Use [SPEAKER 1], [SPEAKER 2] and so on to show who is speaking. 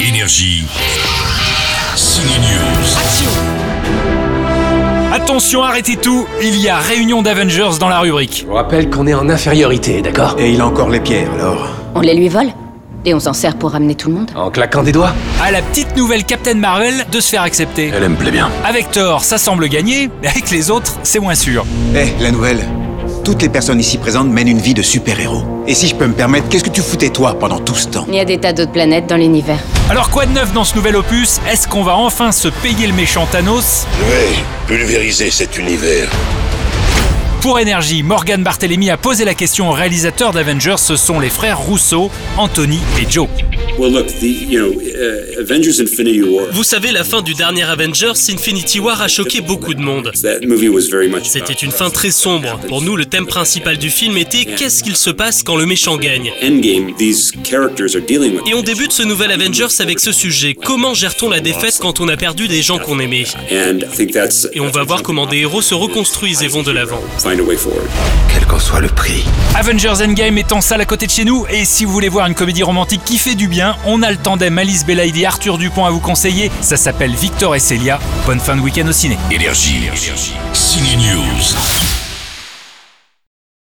[SPEAKER 1] Énergie. Cine News.
[SPEAKER 2] Attention, arrêtez tout, il y a réunion d'Avengers dans la rubrique.
[SPEAKER 3] Je vous rappelle qu'on est en infériorité, d'accord
[SPEAKER 4] Et il a encore les pierres, alors
[SPEAKER 5] On les lui vole Et on s'en sert pour ramener tout le monde
[SPEAKER 3] En claquant des doigts
[SPEAKER 2] À la petite nouvelle Captain Marvel de se faire accepter.
[SPEAKER 4] Elle me plaît bien.
[SPEAKER 2] Avec Thor, ça semble gagner, mais avec les autres, c'est moins sûr.
[SPEAKER 4] Eh, la nouvelle Toutes les personnes ici présentes mènent une vie de super-héros. Et si je peux me permettre, qu'est-ce que tu foutais toi pendant tout ce temps
[SPEAKER 5] Il y a des tas d'autres planètes dans l'univers.
[SPEAKER 2] Alors quoi de neuf dans ce nouvel opus Est-ce qu'on va enfin se payer le méchant Thanos
[SPEAKER 6] Je vais pulvériser cet univers.
[SPEAKER 2] Pour Énergie, Morgan Barthélémy a posé la question aux réalisateurs d'Avengers, ce sont les frères Rousseau, Anthony et Joe.
[SPEAKER 7] Well, look, the you know, uh, Avengers: Infinity War.
[SPEAKER 8] Vous savez, la fin du dernier Avengers, Infinity War, a choqué beaucoup de monde.
[SPEAKER 7] That movie was very much. about-
[SPEAKER 8] C'était une fin très sombre. Pour nous, le thème principal du film était qu'est-ce qu'il se passe quand le méchant gagne
[SPEAKER 7] Endgame. These characters are dealing with.
[SPEAKER 8] Et on débute ce nouvel Avengers avec ce sujet. Comment gère-t-on la défaite quand on a perdu des gens qu'on aimait
[SPEAKER 7] And I think that's.
[SPEAKER 8] Et on va voir comment des héros se reconstruisent et vont de l'avant.
[SPEAKER 7] Find a way forward.
[SPEAKER 4] Quel qu'en soit le prix.
[SPEAKER 2] Avengers Endgame est en salle à côté de chez nous, et si vous voulez voir une comédie romantique qui fait du bien, on a le tandem Alice Belaïdi et Arthur Dupont à vous conseiller, ça s'appelle Victor et Celia. Bonne fin de week-end au ciné.
[SPEAKER 1] Énergie. Cine News.